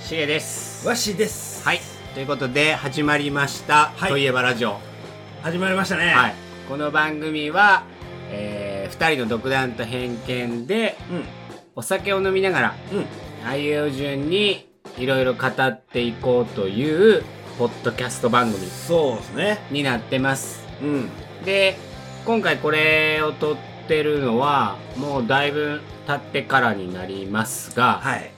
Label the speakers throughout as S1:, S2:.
S1: しげです
S2: わしです
S1: はいということで始まりました「
S2: はい
S1: といえばラジオ
S2: 始まりました」ね
S1: はい、この番組は、え2人の独断と偏見で
S2: う
S1: お酒を飲みながら
S2: んうん
S1: あいうえお順にいろいろ語っていこうというポッドキャスト番組
S2: そうですね
S1: になってます
S2: うん
S1: で今回これを撮ってるのはもうだいぶ経ってからになりますが、
S2: はい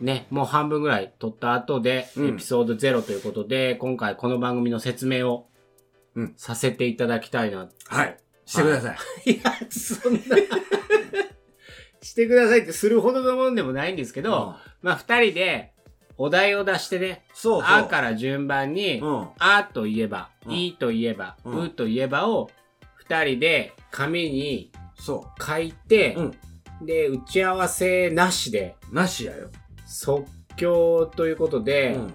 S1: ね、もう半分ぐらい撮った後で、
S2: うん
S1: エピソード0ということで、今回この番組の説明を
S2: うん
S1: させていただきたいな。
S2: はいしてください
S1: いや、そんな、してくださいってするほどのもんでもないんですけど、
S2: うん
S1: まあ二人でお題を出してね、
S2: そうそう
S1: あから順番に、
S2: うん
S1: あといえば、
S2: うん
S1: いといえば、
S2: うん
S1: うといえばを二人で紙に
S2: そ
S1: 書いて、
S2: ううん
S1: で、打ち合わせなしで
S2: なしやよ
S1: 即興ということ
S2: う
S1: で、
S2: ん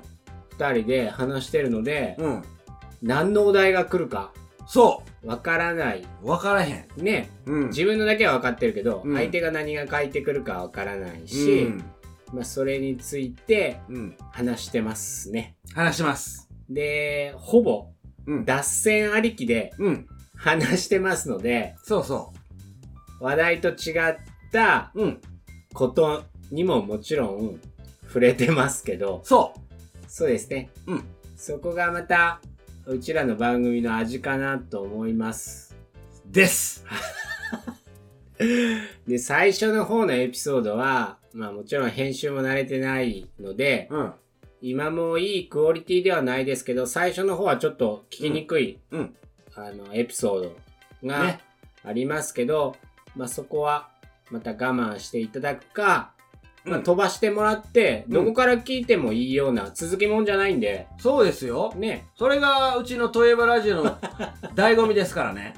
S1: 二人で話してるので、
S2: うん
S1: 何のお題が来るか
S2: そ
S1: わからない。
S2: うわからへん
S1: ね、
S2: うん
S1: 自分のだけは分かってるけど、
S2: うん
S1: 相手が何が書いてくるかわからないし、
S2: うん
S1: まあ、それについて
S2: うん
S1: 話してますね。
S2: 話します
S1: で、ほぼ
S2: うん
S1: 脱線ありきで
S2: うん
S1: 話してますので、
S2: そうそ
S1: 話題と違った
S2: ううん
S1: ことにももちろん触れてますけど、
S2: そ
S1: そうですね。
S2: うん
S1: そこがまた、うちらの番組の味かなと思います。
S2: うです
S1: で、最初の方のエピソードは、まあもちろん編集も慣れてないので、
S2: うん
S1: 今もいいクオリティではないですけど、最初の方はちょっと聞きにくい、
S2: うん
S1: あの、エピソードが
S2: ね
S1: ありますけど、まあそこはまた我慢していただくか、まあ
S2: うん
S1: 飛ばしてもらって、
S2: うん
S1: どこから聞いてもいいような続きもんじゃないんで、
S2: そうですよ
S1: ね、
S2: それがうちのといえばラジ オの醍醐味ですからね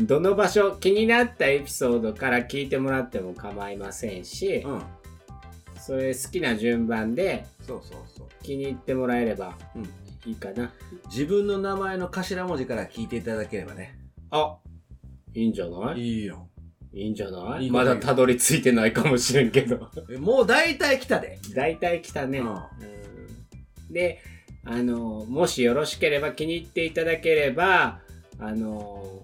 S1: どの場所、気になったエピソードから聞いてもらっても構いませんし、
S2: うん
S1: それ好きな順番で
S2: そうそうそう
S1: 気に入ってもらえれば
S2: うん
S1: いいかな。
S2: 自分の名前の頭文字から聞いていただければね。
S1: あ、いいんじゃない
S2: いいよ。
S1: いいんじゃない
S2: いいこと
S1: まだたどり着いてないかもしれんけど。
S2: もう大体来たで。
S1: 大体来たね。
S2: う
S1: うんんで、あの、もしよろしければ気に入っていただければ、あの、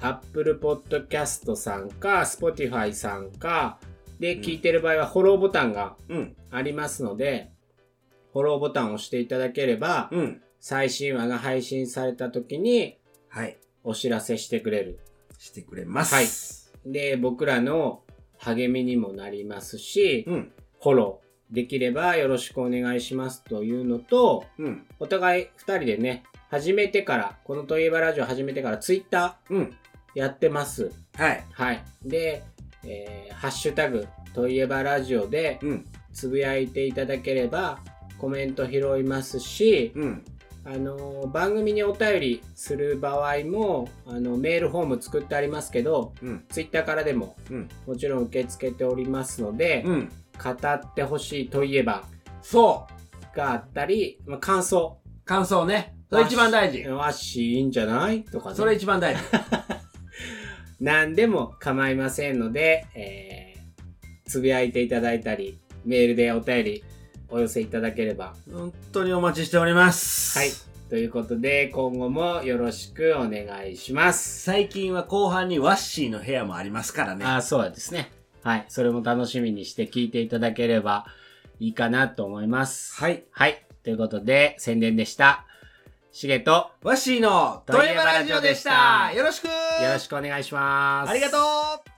S1: Apple Podcast さんか、Spotify さんか、で、
S2: うん
S1: 聞いてる場合はフォローボタンが
S2: うん。
S1: ありますので、フォローボタンを押していただければ、
S2: うん。
S1: 最新話が配信された時に
S2: はい。
S1: お知らせしてくれる。
S2: してくれます。
S1: で、僕らの励みにもなりますし、
S2: うん。
S1: フォローできればよろしくお願いしますというのと、
S2: うん。
S1: お互い二人でね、始めてから、このといえばラジオ始めてからツイッタ
S2: うん。
S1: ーやってます。
S2: はい。
S1: はい。で、えーハッシュタグ、といえばラジオで
S2: うん。
S1: つぶやいていただければ、コメント拾いますし、
S2: うん。
S1: あのー番組にお便りする場合も、あの、メールフォーム作ってありますけど、
S2: うん。
S1: ツイッターからでも
S2: うん。
S1: もちろん受け付けておりますので、
S2: うん。
S1: 語ってほしいといえば
S2: そう。
S1: があったり、まあ、感想。
S2: 感想ね。それ一番大事。
S1: わっしーいいんじゃないとかね。
S2: それ一番 大事。
S1: 何でも構いませんので、えー、つぶやいていただいたり、メールでお便りお寄せいただければ。
S2: 本当にお待ちしております。
S1: はい。ということで、今後もよろしくお願いします。
S2: 最近は後半にワッシーの部屋もありますからね。
S1: ああ、そうですね。はい。それも楽しみにして聞いていただければいいかなと思います。
S2: はい。
S1: はい。ということで、宣伝でした。しげと、
S2: ワッシーのといえばラジオでした。よろしく
S1: よろしくお願いします。
S2: ありがとう